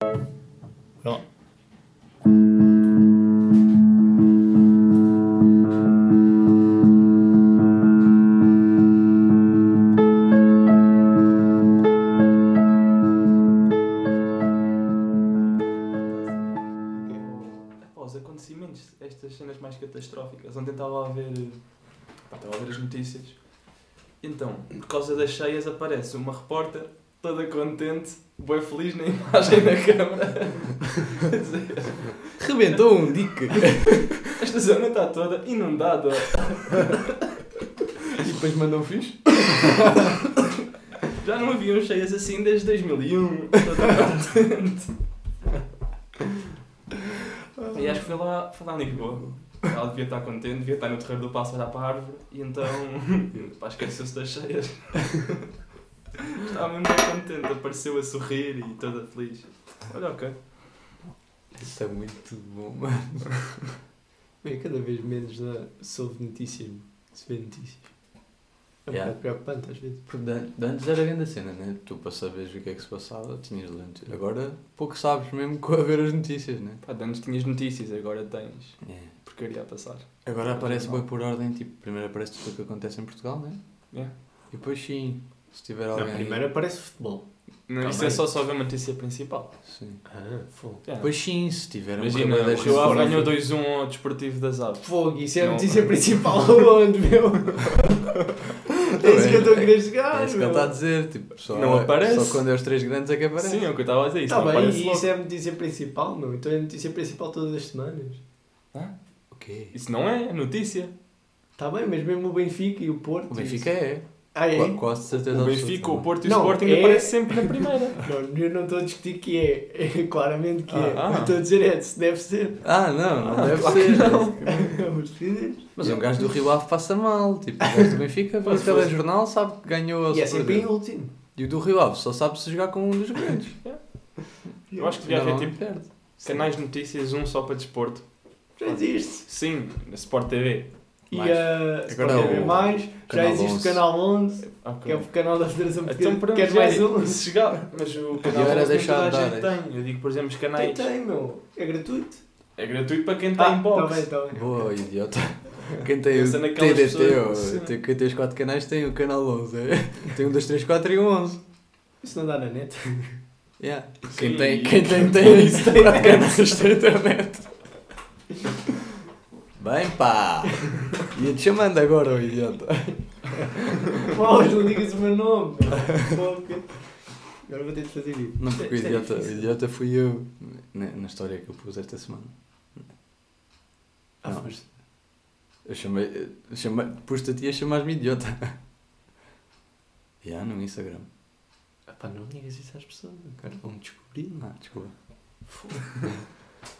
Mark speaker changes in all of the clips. Speaker 1: Vai lá.
Speaker 2: É, Pá, os acontecimentos, estas cenas mais catastróficas. Ontem estava a ver. eh, pá, estava a ver as notícias. Então, por causa das cheias, aparece uma repórter toda contente, bem feliz na imagem da câmara. a dizer,
Speaker 3: Rebentou um dique.
Speaker 2: Esta zona está toda inundada.
Speaker 3: e depois mandou um fixe.
Speaker 2: Já não haviam cheias assim desde 2001. Toda contente. E acho que foi lá, foi lá em Lisboa. Ela devia estar contente, devia estar no terreiro do passo a olhar para a árvore. E então, pá, esqueceu-se das cheias. Estava muito contente, apareceu a sorrir e toda feliz. Olha, ok.
Speaker 3: Isso é muito bom, mano.
Speaker 4: Bem, cada vez menos né, se ouve notícias, meu. se vê notícias. É um
Speaker 3: Yeah.
Speaker 4: bocado preocupante às vezes.
Speaker 3: Porque de- de antes era grande a cena, né? Tu para saberes o que é que se passava, tinhas lentes. Agora pouco sabes mesmo com a ver as notícias, né?
Speaker 2: Pá, de antes tinhas notícias, agora tens
Speaker 3: é?
Speaker 2: porcaria a passar.
Speaker 3: Agora aparece bem por ordem, tipo, primeiro aparece tudo o que acontece em Portugal, né?
Speaker 2: Yeah.
Speaker 3: E depois sim, se tiver
Speaker 4: Não,
Speaker 3: alguém. aí-
Speaker 4: primeiro aparece futebol.
Speaker 2: Não, isso
Speaker 4: bem.
Speaker 2: é só sobre a notícia principal.
Speaker 3: Sim.
Speaker 4: Ah, fogo.
Speaker 2: Yeah.
Speaker 3: Depois sim, se tiver uma
Speaker 2: Imagina,
Speaker 3: camada
Speaker 2: o
Speaker 3: de
Speaker 2: João
Speaker 3: fora-
Speaker 2: ganhou 2-1 ao Desportivo das Aves.
Speaker 4: Fogo, isso é a
Speaker 2: Não.
Speaker 4: notícia principal onde, meu? é isso que eu estou a querer chegar,
Speaker 3: É isso que ele
Speaker 4: meu.
Speaker 3: está a dizer, tipo, só,
Speaker 2: Não aparece.
Speaker 3: só quando é os três grandes é que aparece.
Speaker 2: Sim, é o que eu estava a dizer. Isso
Speaker 4: Está
Speaker 2: não
Speaker 4: bem,
Speaker 2: aparece
Speaker 4: e
Speaker 2: logo.
Speaker 4: isso é a notícia principal, meu. Então é a notícia principal todas as semanas.
Speaker 3: Ok.
Speaker 2: Isso não é notícia.
Speaker 4: Está Tá bem, mas mesmo o Benfica e o Porto.
Speaker 3: O Benfica é.
Speaker 4: Ah, é?
Speaker 3: Qua- Quase certeza
Speaker 2: o
Speaker 3: absoluta,
Speaker 2: Benfica,
Speaker 3: não
Speaker 2: o
Speaker 3: é?
Speaker 2: Porto e o
Speaker 4: Não,
Speaker 2: Sporting
Speaker 4: é-
Speaker 2: aparecem sempre na primeira.
Speaker 4: Não, eu não estou a discutir que é. é claramente que é.
Speaker 2: Ah, ah.
Speaker 4: Eu estou a dizer é, se deve ser.
Speaker 3: Ah, não, não
Speaker 2: Ah,
Speaker 3: deve
Speaker 2: claro
Speaker 3: ser. né?
Speaker 2: que
Speaker 4: Mas se-
Speaker 3: Mas um gajo do Rio Ave passa mal. Tipo, o gajo do Benfica, vê o
Speaker 2: Pois, pois.
Speaker 3: telejornal, sabe que ganhou a
Speaker 4: E é sempre em
Speaker 3: Superliga.
Speaker 4: último.
Speaker 3: E o do Rio Ave só sabe se jogar com um dos grandes.
Speaker 2: Eu acho que devia haver tipo
Speaker 3: perde.
Speaker 2: canais de notícias, um só para desporto.
Speaker 4: Já existe.
Speaker 2: Sim, na Sport TV.
Speaker 4: E ah,
Speaker 3: Mais.
Speaker 4: a Sport
Speaker 3: Agora é
Speaker 4: TV+,
Speaker 3: o
Speaker 4: mais, já
Speaker 3: Canal
Speaker 4: existe o
Speaker 3: 11.
Speaker 4: Canal 11, que
Speaker 2: Ok.
Speaker 4: é o canal da Federação
Speaker 2: Então,
Speaker 4: Portuguesa.
Speaker 2: pronto,
Speaker 4: Quer
Speaker 2: já
Speaker 4: mais
Speaker 2: é-
Speaker 4: um?
Speaker 2: se chegar- Mas o canal
Speaker 3: Eu era
Speaker 2: 11 nem
Speaker 3: deixar
Speaker 2: toda a
Speaker 3: andar,
Speaker 2: gente
Speaker 3: é.
Speaker 2: tem. Eu digo, por exemplo, os
Speaker 4: Tem,
Speaker 2: canais.
Speaker 4: tem, meu. É gratuito.
Speaker 2: É gratuito para quem está em
Speaker 4: Está
Speaker 2: box.
Speaker 4: bem, está bem.
Speaker 3: Boa, idiota. Quem tem o
Speaker 2: Pensa naquelas
Speaker 3: TDT,
Speaker 2: pessoas-
Speaker 3: ou,
Speaker 2: Sim.
Speaker 3: tem- quem tem os 4 canais tem o canal 11. é? Tem um, 2, 3, 4 e um 11.
Speaker 4: Isso não dá na net.
Speaker 3: Yeah.
Speaker 2: Sim.
Speaker 3: Quem tem, quem tem, tem isso, tem quatro canais da internet. Bem pá! Ia-te chamando agora, ô idiota.
Speaker 4: Mal, Oh, não digas o meu nome. Foca. Agora vou ter de fazer isso.
Speaker 3: Não, porque o
Speaker 4: Isto é
Speaker 3: idiota, o
Speaker 4: difícil.
Speaker 3: idiota fui eu na, na história que eu pus esta semana.
Speaker 4: Ah,
Speaker 3: Não.
Speaker 4: foste.
Speaker 3: Eu chamei, eu chamei pus-te a ti a chamar-me idiota. Já no Instagram.
Speaker 4: Ah, pá, não digas isso às pessoas. Agora vão descobrir.
Speaker 3: Ah, desculpa.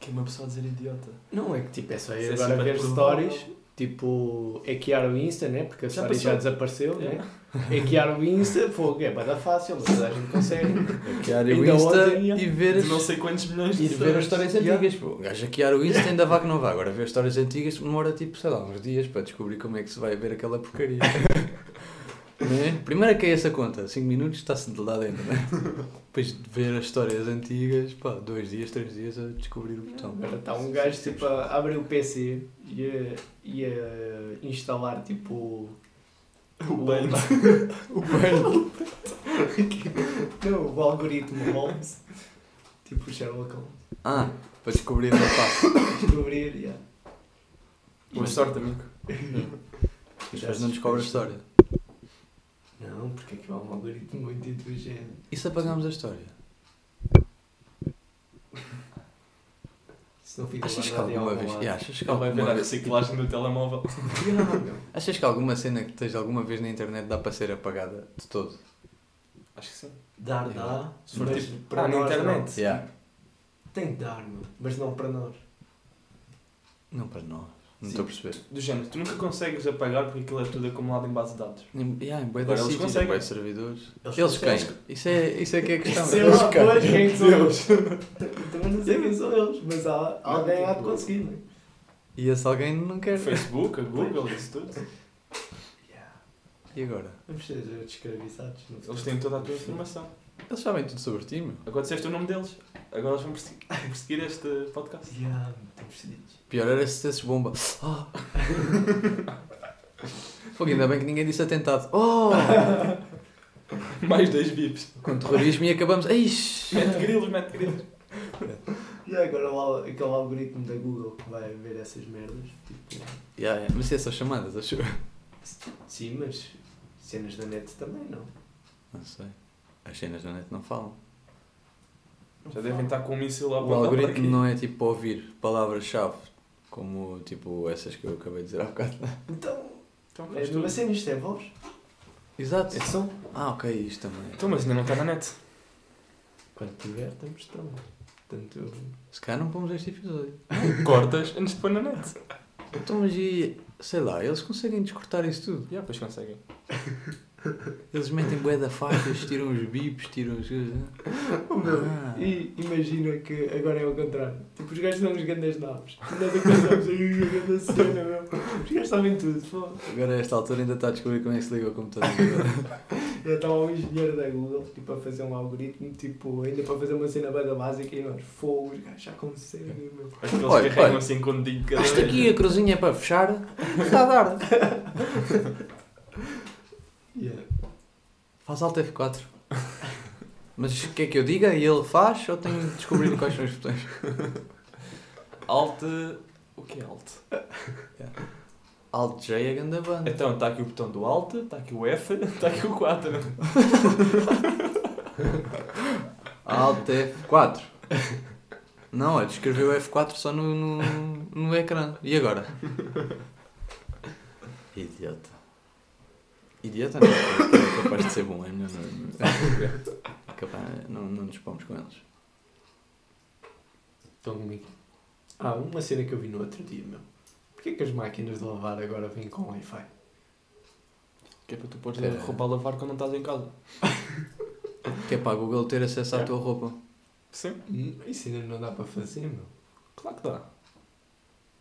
Speaker 2: Que é uma pessoa a dizer idiota.
Speaker 4: Não, é que tipo, é só
Speaker 2: Isso
Speaker 4: eu
Speaker 2: é
Speaker 4: agora
Speaker 2: super
Speaker 4: ver
Speaker 2: provável.
Speaker 4: stories. Tipo, hackear o Insta, né? Porque a
Speaker 2: Já
Speaker 4: story já
Speaker 2: passou.
Speaker 4: desapareceu,
Speaker 2: É.
Speaker 4: né? Hackear o Insta, fogo, é bada fácil, mas toda a gente consegue.
Speaker 3: Hackear o
Speaker 4: Ainda
Speaker 3: Insta
Speaker 4: ontem ia-
Speaker 3: e ver
Speaker 2: De não
Speaker 3: as,
Speaker 2: sei quantos milhões de
Speaker 3: e ver
Speaker 2: pessoas.
Speaker 3: as histórias
Speaker 4: Yeah.
Speaker 3: antigas. Pô, o gajo hackear o Insta ainda vá que não vá. Agora ver as histórias antigas demora tipo, sei lá, uns dias para descobrir como é que se vai ver aquela porcaria. né? Primeiro é que é essa conta, 5 minutos está-se de lá dentro. Né? Depois de ver as histórias antigas, pá, 2 dias, 3 dias a descobrir o botão.
Speaker 4: Agora está um gajo tipo a abrir o PC e a, e a instalar tipo.
Speaker 2: O Bane.
Speaker 4: O Bane. Não, o algoritmo Holmes. Tipo o Sherlock Holmes.
Speaker 3: Ah, para descobrir o passo.
Speaker 4: Descobrir, yeah.
Speaker 2: Boa sorte, amigo.
Speaker 3: Mas depois não descobre a história.
Speaker 4: Não, porque aqui há um algoritmo muito inteligente.
Speaker 3: E se apagarmos a história?
Speaker 4: Se não fica
Speaker 3: Achas que
Speaker 4: guardado em
Speaker 3: alguma
Speaker 4: algum
Speaker 3: vez.
Speaker 4: lado.
Speaker 3: Yeah, achas que
Speaker 2: Ele vai ver
Speaker 3: alguma
Speaker 2: a
Speaker 4: assim.
Speaker 3: vez.
Speaker 2: reciclagem do telemóvel.
Speaker 3: Achas que alguma cena que esteja alguma vez na internet dá para ser apagada de todo?
Speaker 2: Acho que sim.
Speaker 4: Dar,
Speaker 3: Eu-
Speaker 4: dá.
Speaker 2: Se for
Speaker 4: mas
Speaker 2: tipo,
Speaker 4: para
Speaker 2: ah, na
Speaker 4: nós
Speaker 2: internet.
Speaker 3: Yeah.
Speaker 4: não. Tem que dar, meu. Mas não para nós.
Speaker 3: Não para nós. Não
Speaker 2: Sim.
Speaker 3: estou a perceber.
Speaker 2: Do género, tu nunca consegues apagar porque aquilo é tudo acumulado em base de dados.
Speaker 3: Nem- Yeah, em bué
Speaker 2: Agora
Speaker 3: de
Speaker 2: eles
Speaker 3: sítios, em
Speaker 2: conseguem.
Speaker 3: bué de servidores. Eles,
Speaker 4: conseguem.
Speaker 3: quem? Isso é, isso é que é a questão.
Speaker 4: Sei lá, pois, quem é que são eles?
Speaker 3: Deus.
Speaker 4: Eu Também Então, não sei quem são eles, mas há, alguém há de conseguir, não é?
Speaker 3: E esse alguém não quer.
Speaker 2: O Facebook, a Google, isso tudo.
Speaker 4: Yeah.
Speaker 3: E agora?
Speaker 4: Vamos ser escravizados.
Speaker 2: Eles têm toda a tua informação.
Speaker 3: Eles sabem tudo sobre ti, meu.
Speaker 2: Agora disseste o nome deles, agora eles vão persegui- perseguir este podcast.
Speaker 4: Yeah, estamos fedidos.
Speaker 3: Pior era se desses bomba. Ah. Fogo, ainda bem que ninguém disse atentado. Oh!
Speaker 2: Mais dois bips.
Speaker 3: Com terrorismo e acabamos. Eish!
Speaker 2: Mete grilos, mete grilos.
Speaker 4: E agora lá, aquele algoritmo da Google que vai ver essas merdas. Tipo,
Speaker 3: Yeah, yeah. Mas isso é só chamadas, acho eu.
Speaker 4: sim, mas cenas da net também não.
Speaker 3: Não sei. As cenas da net não falam.
Speaker 2: Já devem estar com um míssil lá
Speaker 3: O algoritmo não é tipo ouvir palavras-chave, como tipo essas que eu acabei de dizer há bocado.
Speaker 4: Então,
Speaker 2: Então,
Speaker 4: é
Speaker 2: faz
Speaker 4: uma
Speaker 2: tudo.
Speaker 4: cena, isto é voz.
Speaker 3: Exato.
Speaker 4: É som.
Speaker 3: Ah, ok, isto também.
Speaker 2: Então, mas ainda não está na net.
Speaker 4: Quando tiver, estamos tão. Portanto,
Speaker 3: Se calhar não pomos este episódio.
Speaker 2: Cortas antes de pôr na net.
Speaker 3: Então, mas e, sei lá, eles conseguem descortar isso tudo.
Speaker 2: Já, depois conseguem.
Speaker 3: Eles metem bué da faixas, tiram os bips, tiram né? os...
Speaker 4: Oh, meu.
Speaker 3: Ah.
Speaker 4: E imagina que agora é ao contrário. Tipo, os gajos são os grandes naves. Nós é que pensamos, "Ai, a grande cena, meu. Os gajos sabem tudo, foda.
Speaker 3: Ah, Agora, a esta altura, ainda está a descobrir como é que se liga o computador.
Speaker 4: Já estava um engenheiro da Google, tipo, a fazer um algoritmo, tipo, ainda para fazer uma cena banda básica e nós, fogo, os gajos já conseguem, meu.
Speaker 2: Acho que eles
Speaker 3: Olha,
Speaker 2: carregam
Speaker 3: olha.
Speaker 2: assim com um dedinho de cada
Speaker 3: Isto
Speaker 2: vez.
Speaker 3: aqui, a cruzinha é para fechar, está a dar.
Speaker 4: Yeah.
Speaker 3: Faz alto F4. Mas o que é que eu diga? E ele faz ou tenho de descobrir quais são os botões?
Speaker 2: Alt. O que é Alt?
Speaker 3: Alt J é ganda banda.
Speaker 2: Então, está aqui o botão do Alt, está aqui o F, está aqui o 4.
Speaker 3: Alt F4. Não, olha, escreveu F4 só no, no, no ecrã. E agora? Idiota. Idiota não, é capaz de ser bom, é melhor não. É Capaz, não, não nos pomos com eles.
Speaker 4: Estão comigo. Ah, uma cena que eu vi no outro dia, meu. Porquê que as máquinas de lavar agora vêm com Wi-Fi?
Speaker 2: Que é para tu pôres
Speaker 3: É.
Speaker 2: a roupa a lavar quando não estás em casa.
Speaker 3: Que é para a Google ter acesso à tua roupa.
Speaker 2: Sim,
Speaker 4: Hum, Isso ainda não dá para fazer, meu.
Speaker 2: claro que dá.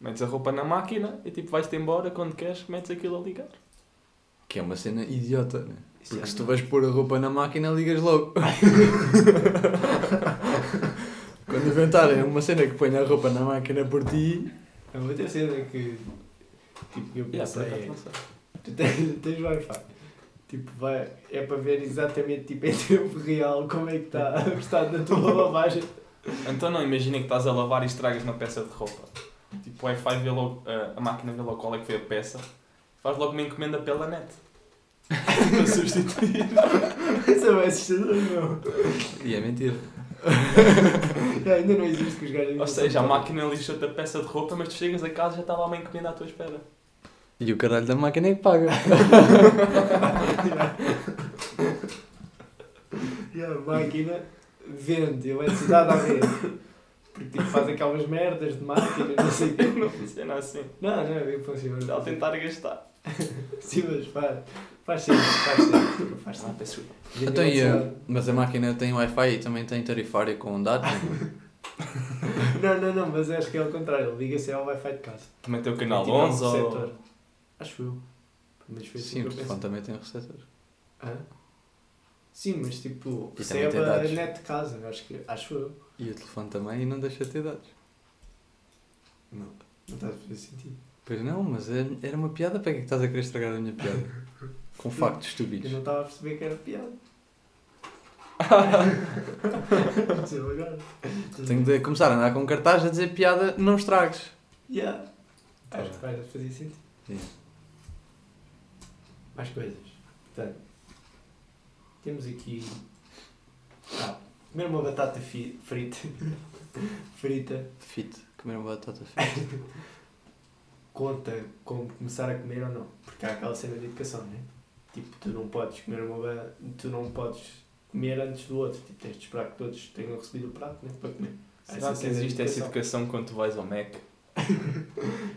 Speaker 2: Metes a roupa na máquina e tipo vais-te embora quando queres, metes aquilo a ligar.
Speaker 3: Que é uma cena idiota, né?
Speaker 4: Isso
Speaker 3: Porque
Speaker 4: é
Speaker 3: se tu vais pôr a roupa na máquina, ligas logo. Quando inventarem uma cena que põe a roupa na máquina por ti,
Speaker 4: A É outra cena que tipo, eu
Speaker 2: Yeah, por
Speaker 4: pensei é,
Speaker 2: acaso não sei.
Speaker 4: tu tens, tens Wi-Fi. Tipo, vai, é para ver exatamente tipo, em tempo real como é que está o estado da tua lavagem.
Speaker 2: Então não, imagina que estás a lavar e estragas uma peça de roupa. Tipo, o Wi-Fi vê logo, ah, a máquina vê logo qual é que foi a peça. Faz logo uma encomenda pela net. Para substituir.
Speaker 4: Isso é bem assustador, meu.
Speaker 3: e é mentira.
Speaker 4: É, ainda não existe que os gajos.
Speaker 2: Ou seja, a máquina lixou-te a peça de roupa, mas tu chegas a casa e já está lá uma encomenda à tua espera.
Speaker 3: E o caralho da máquina é que paga.
Speaker 4: E a máquina vende eletricidade à rede. Porque tipo, faz aquelas merdas de máquina, não sei o quê.
Speaker 2: Não funciona assim.
Speaker 4: Não, não é bem que funciona.
Speaker 2: Ela tentar gastar.
Speaker 4: Sim, mas faz. Faz sentido, faz sentido. Faz
Speaker 2: Ah,
Speaker 4: sentido.
Speaker 2: peço
Speaker 4: Vende
Speaker 3: Então, e,
Speaker 4: eletricidade.
Speaker 3: a- mas a máquina tem Wi-Fi e também tem tarifário com dados.
Speaker 2: Ah,
Speaker 4: Não, não, não, mas acho que é ao contrário. Ele Liga-se ao Wi-Fi de casa.
Speaker 2: Também tem o canal
Speaker 4: Tipo, é um
Speaker 2: 11 ou...
Speaker 4: receptor. Acho eu. Mas foi assim
Speaker 3: Sim,
Speaker 4: que
Speaker 3: o
Speaker 4: eu
Speaker 3: telefone
Speaker 4: pensei.
Speaker 3: também tem receptor.
Speaker 4: Hã? Sim, mas tipo,
Speaker 3: E também tem
Speaker 4: recebe a
Speaker 3: dados.
Speaker 4: net de casa, acho que. Acho eu.
Speaker 3: E o telefone também e não deixa de ter dados.
Speaker 4: Não. Não está a fazer sentido.
Speaker 3: Pois não, mas é- era uma piada, para que é que estás a querer estragar a minha piada? Com factos
Speaker 4: Eu
Speaker 3: estúpidos.
Speaker 4: não estava a perceber que era piada. Percebo agora.
Speaker 3: Tenho de começar a andar com um cartaz a dizer piada, não estragues.
Speaker 4: Yeah.
Speaker 3: Tá
Speaker 4: Acho que
Speaker 3: bem.
Speaker 4: vai fazer sentido.
Speaker 3: Sim.
Speaker 4: Mais coisas. Portanto, temos aqui. Ah, primeiro uma batata fi- frita. frita.
Speaker 3: Fit, comer uma batata frita.
Speaker 4: Conta como começar a comer ou não. Porque há aquela cena de educação, né? Tipo, tu não podes comer uma ba- Tu não podes comer antes do outro. Tipo, tens de esperar que todos tenham recebido o prato, né? Para comer. Há
Speaker 2: Será
Speaker 4: essa
Speaker 2: que
Speaker 4: cena de
Speaker 2: existe essa educação quando tu vais ao Mac?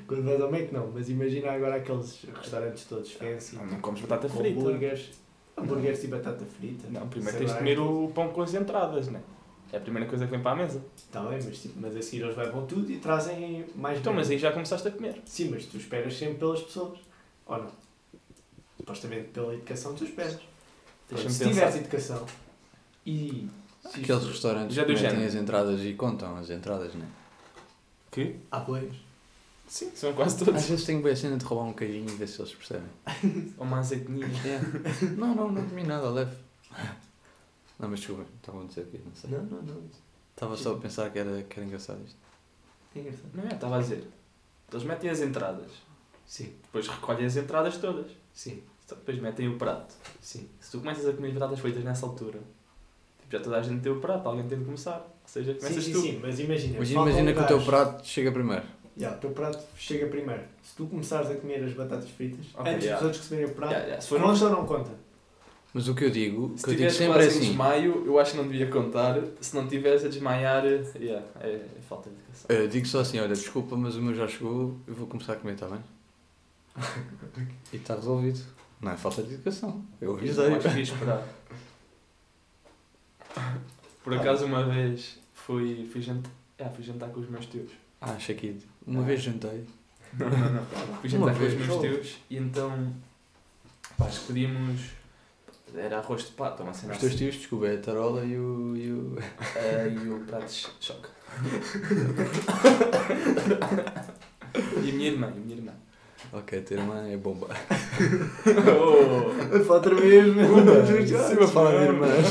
Speaker 4: Quando vais ao Mac, não. Mas imagina agora aqueles restaurantes todos fancy.
Speaker 2: Não comes batata
Speaker 4: com
Speaker 2: frita.
Speaker 4: hambúrgueres. Hambúrgueres e batata frita.
Speaker 2: Não, primeiro
Speaker 4: Sei
Speaker 2: tens de
Speaker 4: lá,
Speaker 2: comer
Speaker 4: aquilo-
Speaker 2: o pão com as entradas, né? É a primeira coisa que vem para a mesa.
Speaker 4: Tá bem, mas, tipo, mas a seguir eles levam tudo e trazem mais
Speaker 2: Então, mas é-
Speaker 4: merda.
Speaker 2: aí já começaste a comer.
Speaker 4: Sim, mas tu esperas sempre pelas pessoas. Ou não? Supostamente pela educação tu esperas.
Speaker 2: Deixa-me
Speaker 4: Então, se
Speaker 2: pensar.
Speaker 4: tiveres educação,
Speaker 2: E. se
Speaker 3: Aqueles
Speaker 2: isto-
Speaker 3: restaurantes
Speaker 2: Já
Speaker 3: que
Speaker 2: deu
Speaker 3: metem
Speaker 2: género.
Speaker 3: as entradas e contam as entradas, né?
Speaker 2: Que?
Speaker 4: Há players.
Speaker 2: Sim, são quase
Speaker 3: Às
Speaker 2: todos.
Speaker 3: vezes tenho bem a cena de roubar um queijinho e ver se eles percebem.
Speaker 2: Ou mais etnia.
Speaker 3: É. Não, não, não comi nada, leve. Não, mas desculpa, estavam a dizer aqui, não sei.
Speaker 4: Não, não, não.
Speaker 3: Estava só a pensar que era, que era engraçado isto.
Speaker 4: É engraçado.
Speaker 2: Não é? Estava a dizer. Eles metem as entradas.
Speaker 4: Sim,
Speaker 2: Depois recolhem as entradas todas.
Speaker 4: sim,
Speaker 2: Só Depois metem o prato.
Speaker 4: sim.
Speaker 2: Se tu começas a comer batatas fritas nessa altura, tipo, já toda a gente tem o prato, alguém tem de começar. Ou seja,
Speaker 4: Sim,
Speaker 2: começas
Speaker 4: sim,
Speaker 2: tu.
Speaker 4: sim, mas
Speaker 2: É,
Speaker 4: imagina.
Speaker 3: Mas
Speaker 4: falta
Speaker 3: imagina
Speaker 4: um
Speaker 3: que o teu
Speaker 4: gajo.
Speaker 3: prato chega primeiro.
Speaker 4: Ya, o teu prato chega primeiro. Se tu começares a comer as batatas fritas,
Speaker 2: Ok,
Speaker 4: antes
Speaker 2: ya.
Speaker 4: dos outros comerem o prato,
Speaker 2: Já, já. Se for um-
Speaker 4: conta ou não conta?
Speaker 3: Mas o que eu digo, o
Speaker 2: Se
Speaker 3: que eu digo
Speaker 2: tiveres
Speaker 3: sempre é
Speaker 2: quase em
Speaker 3: assim.
Speaker 2: desmaio, eu acho que não devia contar. Se não tiveres a desmaiar, yeah, é, é falta de educação.
Speaker 3: eh, digo só assim, olha, desculpa, mas o meu já chegou, eu vou começar a comer, está bem? e está resolvido. Não é falta de educação. Eu avisei.
Speaker 2: Não acho que ia esperar. Ah. Por acaso, uma vez fui, fui, jantar, fui jantar com os meus tios.
Speaker 3: Ah, Shaquid, uma
Speaker 2: Ah.
Speaker 3: vez jantei.
Speaker 2: Não, não, não. Fui
Speaker 3: Uma
Speaker 2: jantar com os
Speaker 3: vez,
Speaker 2: meus
Speaker 3: só.
Speaker 2: tios e então. Pá, escolhíamos. Era arroz de pato, uma cena
Speaker 3: Os teus
Speaker 2: assim.
Speaker 3: tios, desculpa, é a tarola e o. E o...
Speaker 2: Ah, e o prato de cho- choque. e a minha irmã, e a minha irmã.
Speaker 3: ok, ter irmã é bomba.
Speaker 2: Oh.
Speaker 3: É
Speaker 4: Foi outra vez,
Speaker 3: Sempre a falar de irmãs.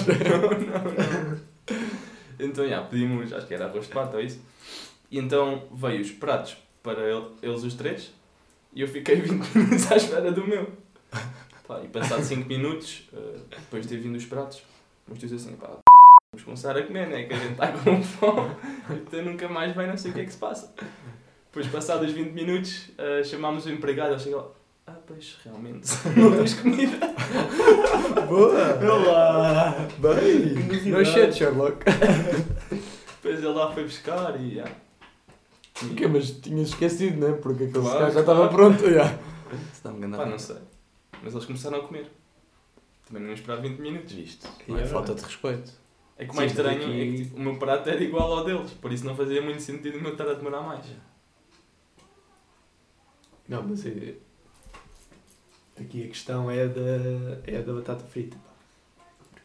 Speaker 2: Então, já, pedimos, acho que era arroz de pato ou isso. E então veio os pratos para el- eles os três e eu fiquei 20 minutos à espera do meu. Pá, e passado 5 minutos, eh, depois de ter vindo os pratos, os tios assim, pá, vamos começar a comer, né? Que a gente está com fome, então nunca mais vem, não sei o que é que se passa. Depois, passados 20 minutos, eh, chamámos o empregado, ele chegou, ah, pois, realmente, não tens comida.
Speaker 3: Boa!
Speaker 4: Olá!
Speaker 3: Bem! No shit, Sherlock.
Speaker 2: Depois ele lá foi buscar e. ah. Yeah. E-
Speaker 3: Ok, mas tinhas esquecido, né? Porque aquele
Speaker 2: Claro,
Speaker 3: cigarro já estava
Speaker 2: claro.
Speaker 3: pronto. já. Se dá-me
Speaker 2: Pá, não sei. Mas eles começaram a comer. Também não ia esperar 20 minutos.
Speaker 3: Visto.
Speaker 4: E
Speaker 3: Não é
Speaker 4: é
Speaker 3: falta de respeito.
Speaker 2: É que o mais
Speaker 3: Sim,
Speaker 2: estranho
Speaker 3: daqui-
Speaker 2: é que tipo, o meu prato era igual ao deles, por isso não fazia muito sentido o meu estar a demorar mais.
Speaker 4: Não, mas é... aqui a questão é da, é da batata frita. pá.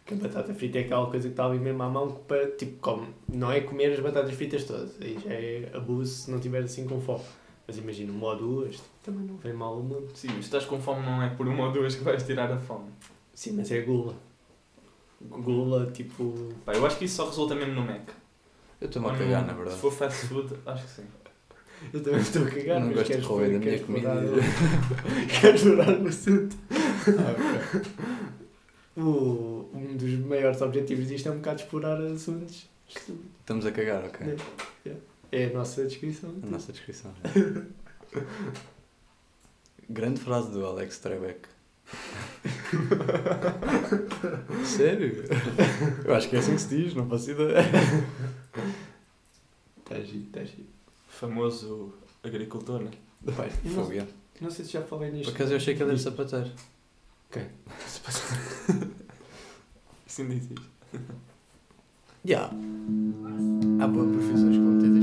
Speaker 4: Porque a batata frita é aquela coisa que está ali mesmo à mão, que para, tipo, como, não é comer as batatas fritas todas. Aí já é abuso se não tiver assim com fome. Mas imagina, uma ou duas, tipo, também não vem mal o mundo.
Speaker 2: Sim, mas se estás com fome não é por uma ou duas que vais tirar a fome.
Speaker 4: Sim, mas é gula. Gula, tipo.
Speaker 2: Pá, eu acho que isso só resulta mesmo no Mac.
Speaker 3: Eu estou-me a
Speaker 2: Ou
Speaker 3: cagar,
Speaker 2: no-
Speaker 3: na verdade.
Speaker 2: Se for fast food, acho que sim.
Speaker 4: Eu também estou a cagar,
Speaker 3: Não
Speaker 4: mas
Speaker 3: gosto de
Speaker 4: queres
Speaker 3: roubar da
Speaker 4: ver-
Speaker 3: minha
Speaker 4: queres
Speaker 3: comida.
Speaker 4: mudar- Queres mudar o assunto? O- um dos maiores objetivos disto é um bocado explorar assuntos. estúpidos.
Speaker 3: Estamos a cagar, ok.
Speaker 4: É a nossa descrição.
Speaker 3: A nossa descrição. já. Grande frase do Alex Trebek. Sério? Eu acho que é assim que se diz, não faço ideia.
Speaker 4: Está Tá giro, está giro.
Speaker 2: Famoso agricultor, né?
Speaker 4: Pai, não,
Speaker 3: Fogo, é.
Speaker 4: não sei se já falei nisto.
Speaker 3: Por acaso eu achei que ele era sapateiro.
Speaker 2: Sim, diz isso. Assim
Speaker 3: Já. Há boas profissões que vão ter